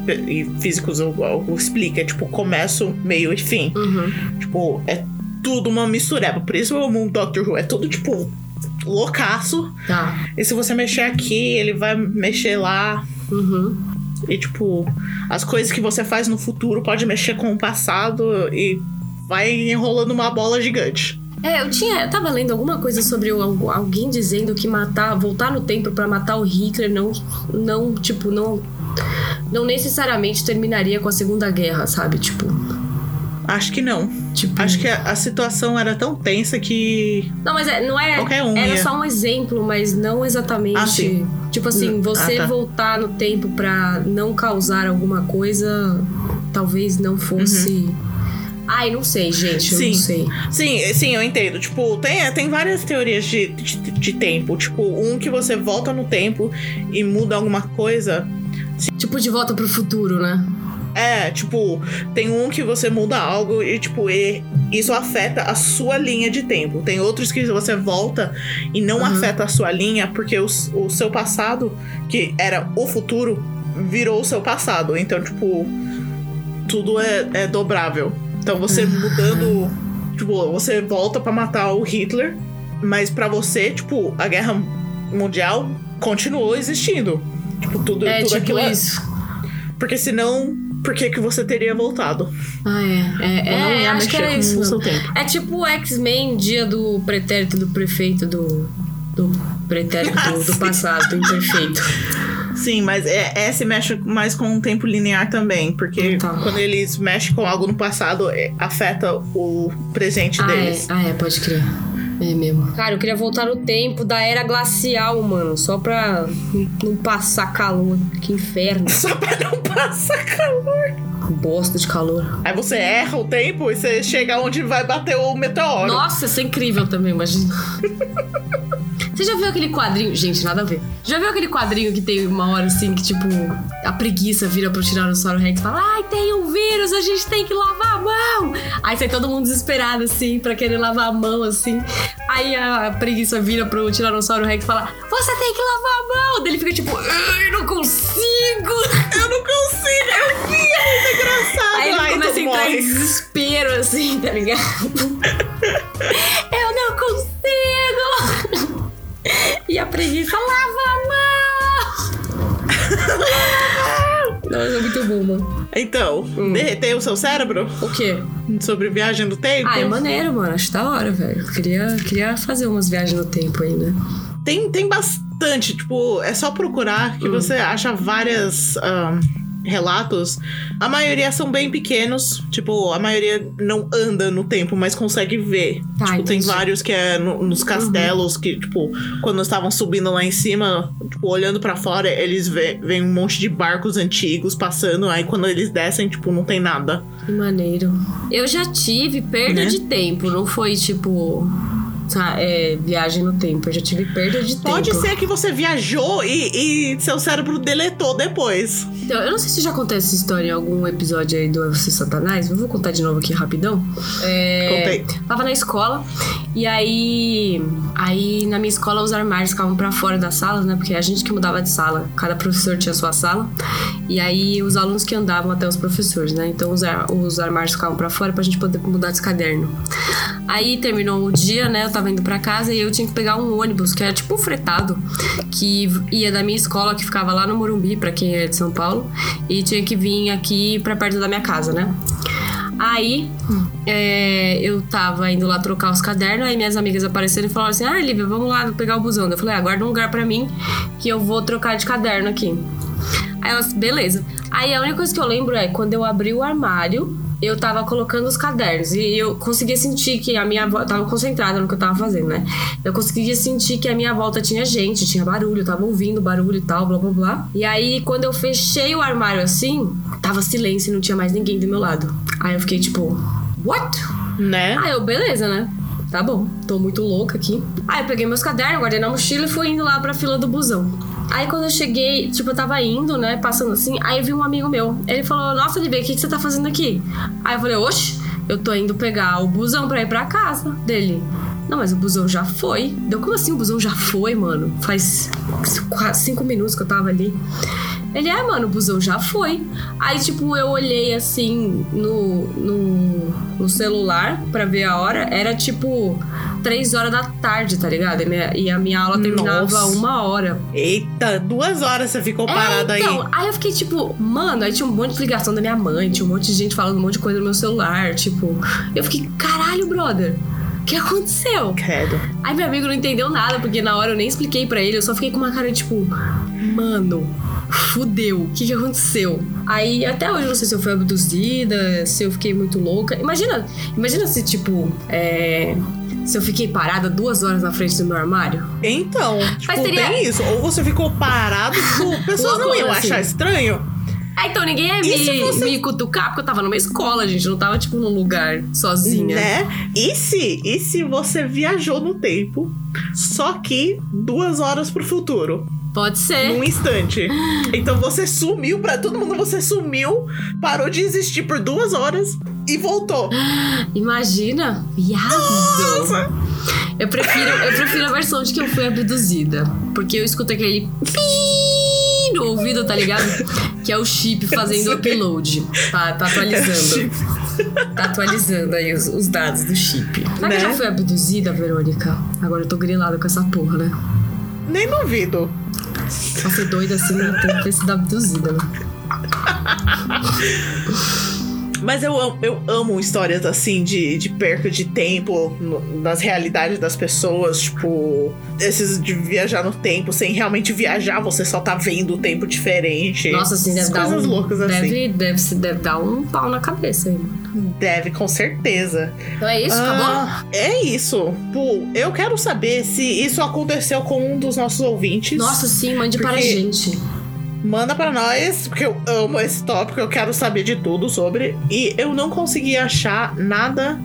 Speaker 1: e- e físicos ou, ou explica. É tipo começo, meio e fim.
Speaker 2: Uhum.
Speaker 1: Tipo, é tudo uma mistureba. Por isso o mundo Doctor Who é tudo tipo loucaço.
Speaker 2: Tá.
Speaker 1: E se você mexer aqui, ele vai mexer lá.
Speaker 2: Uhum.
Speaker 1: E tipo, as coisas que você faz no futuro pode mexer com o passado e vai enrolando uma bola gigante.
Speaker 2: É, eu tinha. Eu tava lendo alguma coisa sobre o- algu- alguém dizendo que matar, voltar no tempo pra matar o Hitler não. Não, tipo, não. Não necessariamente terminaria com a Segunda Guerra, sabe? Tipo.
Speaker 1: Acho que não.
Speaker 2: Tipo.
Speaker 1: Acho que a, a situação era tão tensa que.
Speaker 2: Não, mas é- não é.
Speaker 1: Qualquer um
Speaker 2: Era
Speaker 1: ia.
Speaker 2: só um exemplo, mas não exatamente.
Speaker 1: Ah, sim.
Speaker 2: Tipo assim,
Speaker 1: Hum,
Speaker 2: você
Speaker 1: ah, tá.
Speaker 2: voltar no tempo pra não causar alguma coisa, talvez não fosse. Ai, não sei, gente. Eu
Speaker 1: Uhum. Sim.
Speaker 2: não sei.
Speaker 1: Sim, eh, sim, eu entendo. Tipo, tem, tem várias teorias de, de, de tempo. Tipo, um que você volta no tempo e muda alguma coisa.
Speaker 2: Tipo de volta pro futuro, né?
Speaker 1: É, tipo, tem um que você muda algo e, tipo, e isso afeta a sua linha de tempo. Tem outros que você volta e não
Speaker 2: Uhum.
Speaker 1: afeta a sua linha, porque o, s- o seu passado, que era o futuro, virou o seu passado. Então, tipo, tudo é, é dobrável. Então, você
Speaker 2: Ah.
Speaker 1: mudando. Tipo, você volta pra matar o Hitler, mas pra você, tipo, a guerra mundial continuou existindo. Tipo, tudo,
Speaker 2: é
Speaker 1: tudo
Speaker 2: tipo
Speaker 1: aquilo é-
Speaker 2: isso.
Speaker 1: porque senão, por que que você teria voltado?
Speaker 2: Ah, é. É,
Speaker 1: Eu não
Speaker 2: é,
Speaker 1: ia
Speaker 2: acho que
Speaker 1: mexer
Speaker 2: era
Speaker 1: com
Speaker 2: isso.
Speaker 1: o
Speaker 2: mesmo.
Speaker 1: seu tempo.
Speaker 2: É tipo o X-Men, dia do pretérito do prefeito do. Do pretérito do, do passado, do imperfeito.
Speaker 1: Sim, mas é, é se mexe mais com o tempo linear também. Porque
Speaker 2: Tá.
Speaker 1: quando eles mexem com algo no passado, é, afeta o presente
Speaker 2: *laughs* Ah, é.
Speaker 1: deles.
Speaker 2: ah, é, pode crer. É mesmo. Cara, eu queria voltar no tempo da era glacial, mano. Só pra não passar calor. Que
Speaker 1: *laughs*
Speaker 2: inferno.
Speaker 1: Só pra não passar calor.
Speaker 2: Bosta de calor.
Speaker 1: Aí você erra o tempo e você chega onde vai bater o meteoro.
Speaker 2: Nossa, isso é incrível também, imagina. Você já viu aquele quadrinho? Gente, nada a ver. Já viu aquele quadrinho que tem uma hora assim que, tipo, a preguiça vira pro Tiranossauro Rex e fala: Ai, tem um vírus, a gente tem que lavar a mão. Aí sai todo mundo desesperado, assim, pra querer lavar a mão, assim. Aí a preguiça vira pro Tiranossauro Rex e fala: Você tem que lavar a mão. Daí ele fica tipo: Ai, não consigo.
Speaker 1: Eu não consigo, eu vi, é muito engraçado.
Speaker 2: Aí ele assim,
Speaker 1: Ai,
Speaker 2: começa a
Speaker 1: então
Speaker 2: entrar em
Speaker 1: morre.
Speaker 2: desespero, assim, tá
Speaker 1: *laughs*
Speaker 2: ligado? Eu não consigo! E a preguiça lava a mão! Nossa, é muito bom, mano.
Speaker 1: Então,
Speaker 2: Hum.
Speaker 1: derreter o seu cérebro
Speaker 2: O quê?
Speaker 1: sobre viagem do tempo?
Speaker 2: Ah, é maneiro, mano. Acho da hora, velho. Queria, queria fazer umas viagens no tempo ainda.
Speaker 1: Tem, tem bastante, tipo, é só procurar que você acha várias ahn, relatos. A maioria são bem pequenos, tipo, a maioria não anda no tempo, mas consegue ver.
Speaker 2: Tá,
Speaker 1: tipo, tem
Speaker 2: entendi. Uhum.
Speaker 1: vários que é no- nos castelos que, tipo, quando estavam subindo lá em cima, tipo, olhando pra fora, eles ve- veem um monte de barcos antigos passando, aí quando eles descem, tipo, não tem nada.
Speaker 2: Que maneiro. Eu já tive
Speaker 1: Né?
Speaker 2: perda de tempo. Não foi, tipo... tá, é, viagem no tempo. Eu já tive perda de tempo.
Speaker 1: Pode ser que você viajou e, e seu cérebro deletou depois.
Speaker 2: Então, eu não sei se eu já contei essa história em algum episódio aí do UFC Satanás. Eu vou contar de novo aqui rapidão. É,
Speaker 1: Contei.
Speaker 2: Tava na escola e aí. Aí na minha escola os armários ficavam pra fora das salas, né? Porque a gente que mudava de sala. Cada professor tinha a sua sala. E aí os alunos que andavam até os professores, né? Então os, ar- os armários ficavam pra fora pra gente poder mudar de caderno. Aí terminou o dia, né? Eu tava indo pra casa e eu tinha que pegar um ônibus, que era tipo um fretado, que ia da minha escola, que ficava lá no Morumbi, pra quem é de São Paulo, e tinha que vir aqui pra perto da minha casa, né? Aí é, eu tava indo lá trocar os cadernos, aí minhas amigas apareceram e falaram assim: Ah, Lívia, vamos lá pegar o busão. Eu falei: ah, guarda um lugar pra mim que eu vou trocar de caderno aqui. Aí elas, beleza. Aí a única coisa que eu lembro é quando eu abri o armário, eu tava colocando os cadernos e eu conseguia sentir que a minha volta tava concentrada no que eu tava fazendo, né? Eu conseguia sentir que a minha volta tinha gente, tinha barulho, eu tava ouvindo barulho e tal, blá blá blá. E aí quando eu fechei o armário assim, tava silêncio, não tinha mais ninguém do meu lado. Aí eu fiquei tipo, what?
Speaker 1: Né?
Speaker 2: Ah, eu, beleza, né? Tá bom, tô muito louca aqui. Aí eu peguei meus cadernos, guardei na mochila e fui indo lá pra fila do busão. Aí quando eu cheguei, tipo, eu tava indo, né? Passando assim, aí eu vi um amigo meu. Ele falou, nossa, Olivia, o que, que você tá fazendo aqui? Aí eu falei, oxe, eu tô indo pegar o busão pra ir pra casa dele. Não, mas o busão já foi. Deu como assim o busão já foi, mano? Faz quase cinco minutos que eu tava ali. Ele, é, mano, o busão já foi. Aí, tipo, eu olhei assim no, no, no celular pra ver a hora. Era tipo três horas da tarde, tá ligado? E, minha- e a minha aula terminava
Speaker 1: Nossa.
Speaker 2: uma hora.
Speaker 1: Eita, duas horas você ficou parada
Speaker 2: Então,
Speaker 1: aí.
Speaker 2: aí eu fiquei tipo, mano, aí tinha um monte de ligação da minha mãe, tinha um monte de gente falando um monte de coisa no meu celular, tipo. Eu fiquei, caralho, brother, o que aconteceu?
Speaker 1: Credo.
Speaker 2: Aí meu amigo não entendeu nada, porque na hora eu nem expliquei pra ele, eu só fiquei com uma cara tipo, mano, fudeu, o que, que aconteceu? Aí até hoje eu não sei se eu fui abduzida, se eu fiquei muito louca. Imagina, imagina se, tipo, é, Se eu fiquei parada duas horas na frente do meu armário.
Speaker 1: Então, tipo,
Speaker 2: seria-
Speaker 1: tem isso. Ou você ficou parado,
Speaker 2: *laughs*
Speaker 1: tipo, pessoas não
Speaker 2: Loucura,
Speaker 1: iam
Speaker 2: assim.
Speaker 1: achar estranho.
Speaker 2: Ah, então ninguém ia
Speaker 1: E se
Speaker 2: me,
Speaker 1: você-
Speaker 2: me cutucar, porque eu tava numa escola, gente. Eu não tava, tipo, num lugar sozinha. é.
Speaker 1: Né? E se, e se você viajou no tempo, só que duas horas pro futuro,
Speaker 2: Pode ser.
Speaker 1: num
Speaker 2: *gasps*
Speaker 1: instante. Então você sumiu pra todo mundo, você sumiu, parou de existir por duas horas e
Speaker 2: *gasps*
Speaker 1: voltou.
Speaker 2: Imagina. Viado.
Speaker 1: Né? Nossa,
Speaker 2: Eu prefiro, eu prefiro a versão de que eu fui abduzida. Porque eu escuto aquele pi no ouvido, tá ligado? Que é o chip fazendo
Speaker 1: sei. É
Speaker 2: upload. Tá, tá atualizando. Tá atualizando aí os, os dados do chip. Será que
Speaker 1: Né?
Speaker 2: eu já fui abduzida, Verônica? Agora eu tô grilada com essa porra, né?
Speaker 1: nem duvido.
Speaker 2: Pra ser doida assim, né? Tem que ter sido abduzida, né?
Speaker 1: Mas eu amo, eu amo histórias assim de, de perca de tempo no- nas realidades das pessoas, tipo, esses de viajar no tempo, sem realmente viajar, você só tá vendo o tempo diferente.
Speaker 2: Nossa, assim, deve
Speaker 1: Essas
Speaker 2: dar
Speaker 1: coisas
Speaker 2: um.
Speaker 1: loucas assim.
Speaker 2: deve, deve, se- deve dar um pau na cabeça aí.
Speaker 1: Deve, com certeza.
Speaker 2: Então é isso, acabou?
Speaker 1: Ah, É isso. Pô, eu quero saber se isso aconteceu com um dos nossos ouvintes.
Speaker 2: Nossa, sim, mande para a
Speaker 1: Porque-
Speaker 2: gente.
Speaker 1: Manda pra nós, porque eu amo esse tópico, eu quero saber de tudo sobre. E eu não consegui achar nada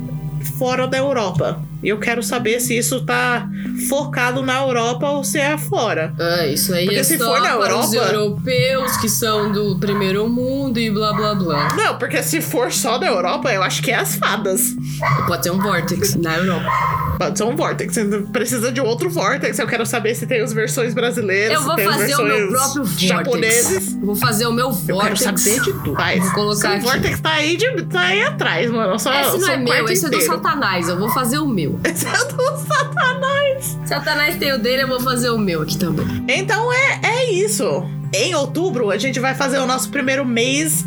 Speaker 1: fora da Europa. E eu quero saber se isso tá focado na Europa ou se é fora.
Speaker 2: Ah, isso aí
Speaker 1: Porque
Speaker 2: é
Speaker 1: se
Speaker 2: só
Speaker 1: for na
Speaker 2: para os
Speaker 1: Europa-
Speaker 2: europeus que são do primeiro mundo e blá blá blá.
Speaker 1: Não, porque se for só da Europa, eu acho que é as fadas.
Speaker 2: Pode ter um vortex na Europa.
Speaker 1: Pode ser um Vortex, você precisa de outro Vortex. Eu quero saber se tem as versões brasileiras,
Speaker 2: Eu vou
Speaker 1: se tem as
Speaker 2: fazer o
Speaker 1: versões
Speaker 2: meu próprio vortex.
Speaker 1: japoneses.
Speaker 2: Vou fazer o meu
Speaker 1: Eu quero
Speaker 2: vortex.
Speaker 1: saber de tudo. Mas
Speaker 2: Vou colocar
Speaker 1: esse
Speaker 2: aqui.
Speaker 1: Vortex ah, tá aí, de- tá aí atrás, mano. Eu Só,
Speaker 2: Esse não
Speaker 1: só
Speaker 2: é meu,
Speaker 1: quarto
Speaker 2: esse é do
Speaker 1: inteiro.
Speaker 2: Satanás. Eu vou fazer o meu.
Speaker 1: Esse é do Satanás.
Speaker 2: Satanás tem o dele, eu vou fazer o meu aqui também.
Speaker 1: Então é, é isso. Em outubro, a gente vai fazer o nosso primeiro mês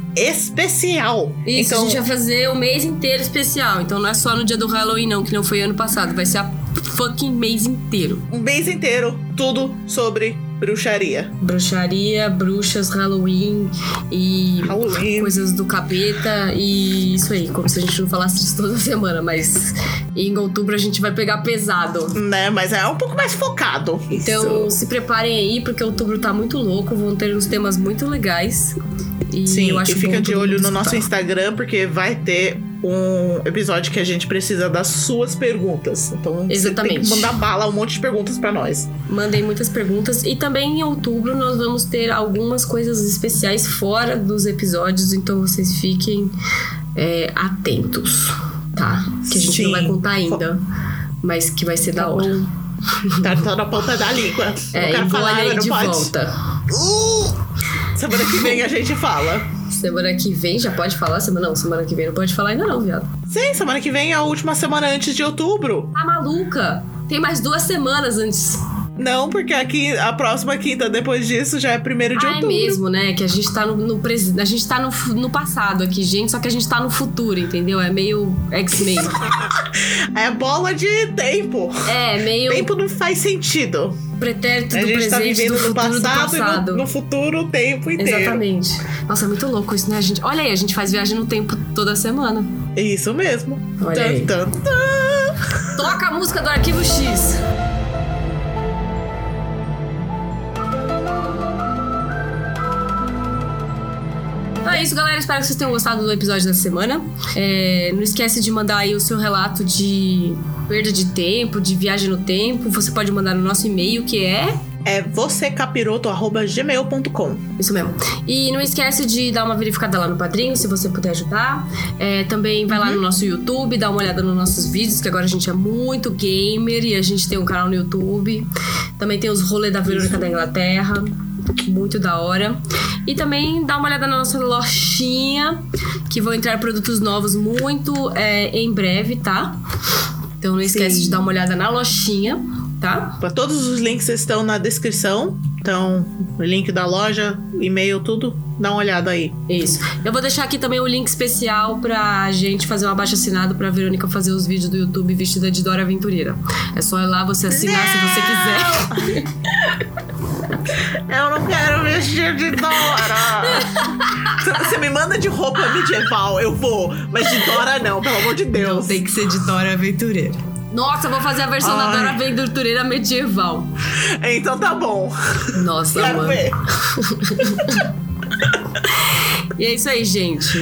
Speaker 1: especial.
Speaker 2: Isso,
Speaker 1: então,
Speaker 2: a gente vai fazer o mês inteiro especial. Então não é só no dia do Halloween, não, que não foi ano passado. Vai ser a fucking mês inteiro.
Speaker 1: um mês inteiro, tudo sobre bruxaria.
Speaker 2: Bruxaria, bruxas, Halloween e
Speaker 1: Halloween.
Speaker 2: coisas do capeta e isso aí. Como se a gente não falasse disso toda *laughs* semana, mas em outubro a gente vai pegar pesado.
Speaker 1: Né? Mas é um pouco mais focado.
Speaker 2: Então
Speaker 1: Isso.
Speaker 2: se preparem aí, porque outubro tá muito louco, vão ter uns temas muito legais. E
Speaker 1: Sim,
Speaker 2: eu acho
Speaker 1: e fica
Speaker 2: bom
Speaker 1: de
Speaker 2: todo
Speaker 1: olho
Speaker 2: mundo
Speaker 1: no nosso
Speaker 2: escutar.
Speaker 1: Instagram, porque vai ter um episódio que a gente precisa das suas perguntas. Então você tem
Speaker 2: Exatamente.
Speaker 1: que mandar bala um monte de perguntas pra nós.
Speaker 2: Mandei muitas perguntas. E também em outubro nós vamos ter algumas coisas especiais fora dos episódios, então vocês fiquem é, atentos, tá? Que a gente
Speaker 1: Sim.
Speaker 2: não vai contar ainda, mas que vai ser da hora.
Speaker 1: Tá, tá na ponta da língua.
Speaker 2: É,
Speaker 1: não quero
Speaker 2: engole
Speaker 1: falar,
Speaker 2: aí
Speaker 1: mas não
Speaker 2: de
Speaker 1: pode.
Speaker 2: volta.
Speaker 1: Uh! Semana que vem a gente fala.
Speaker 2: Semana que vem já pode falar? Semana não, semana que vem não pode falar ainda não, viado.
Speaker 1: Sim, semana que vem é a última semana antes de outubro.
Speaker 2: Tá maluca? Tem mais duas semanas antes.
Speaker 1: Não, porque aqui a próxima quinta depois disso já é primeiro de
Speaker 2: ah, é
Speaker 1: outubro.
Speaker 2: mesmo, né? Que a gente tá no, no pres- a gente tá no, fu- no passado aqui, gente, só que a gente tá no futuro, entendeu? É meio
Speaker 1: *laughs*
Speaker 2: X-Men.
Speaker 1: É bola de tempo.
Speaker 2: é, meio
Speaker 1: Tempo não faz sentido.
Speaker 2: pretérito
Speaker 1: a
Speaker 2: do
Speaker 1: gente
Speaker 2: presente,
Speaker 1: tá
Speaker 2: do
Speaker 1: vivendo
Speaker 2: futuro,
Speaker 1: no passado,
Speaker 2: do passado.
Speaker 1: e no, no futuro o tempo inteiro.
Speaker 2: Exatamente. Nossa, é muito louco isso, né, gente? Olha aí, a gente faz viagem no tempo toda semana.
Speaker 1: Isso mesmo.
Speaker 2: Olha
Speaker 1: Tan,
Speaker 2: aí.
Speaker 1: tan, tan.
Speaker 2: Toca a música do Arquivo X. Então é isso, galera. Espero que vocês tenham gostado do episódio da semana. É, não esquece de mandar aí o seu relato de perda de tempo, de viagem no tempo. Você pode mandar no nosso e-mail, que é
Speaker 1: é vocêcapiroto.gmail.com.
Speaker 2: Isso mesmo. E não esquece de dar uma verificada lá no Padrinho, se você puder ajudar. É, também vai lá no nosso YouTube, dá uma olhada nos nossos vídeos, que agora a gente é muito gamer e a gente tem um canal no YouTube. Também tem os rolês da Verônica da Inglaterra. Muito da hora. E também dá uma olhada na nossa lojinha, que vão entrar produtos novos muito é, em breve, tá? Então não esquece
Speaker 1: Sim.
Speaker 2: de dar uma olhada na lojinha, tá?
Speaker 1: Pra Todos os links estão na descrição. Então, o link da loja, e-mail, tudo. Dá uma olhada aí.
Speaker 2: Isso. Eu vou deixar aqui também o link especial pra gente fazer um abaixo assinado pra Verônica fazer os vídeos do YouTube vestida de Dora Aventureira. É só ir lá você assinar se você quiser.
Speaker 1: Eu não quero vestir de Dora. Se Você me manda de roupa medieval, eu vou. Mas de Dora não, pelo amor de Deus.
Speaker 3: Tem que ser de Dora Aventureira.
Speaker 2: Nossa, eu vou fazer a versão da
Speaker 1: Ai.
Speaker 2: Dora Aventureira medieval.
Speaker 1: Então tá bom.
Speaker 2: Nossa,
Speaker 1: Quero
Speaker 2: mano.
Speaker 1: ver.
Speaker 2: E é isso aí, gente.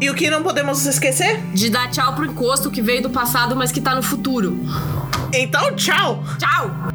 Speaker 1: E o que não podemos esquecer?
Speaker 2: De dar tchau pro encosto que veio do passado, mas que tá no futuro.
Speaker 1: Então, tchau!
Speaker 2: Tchau!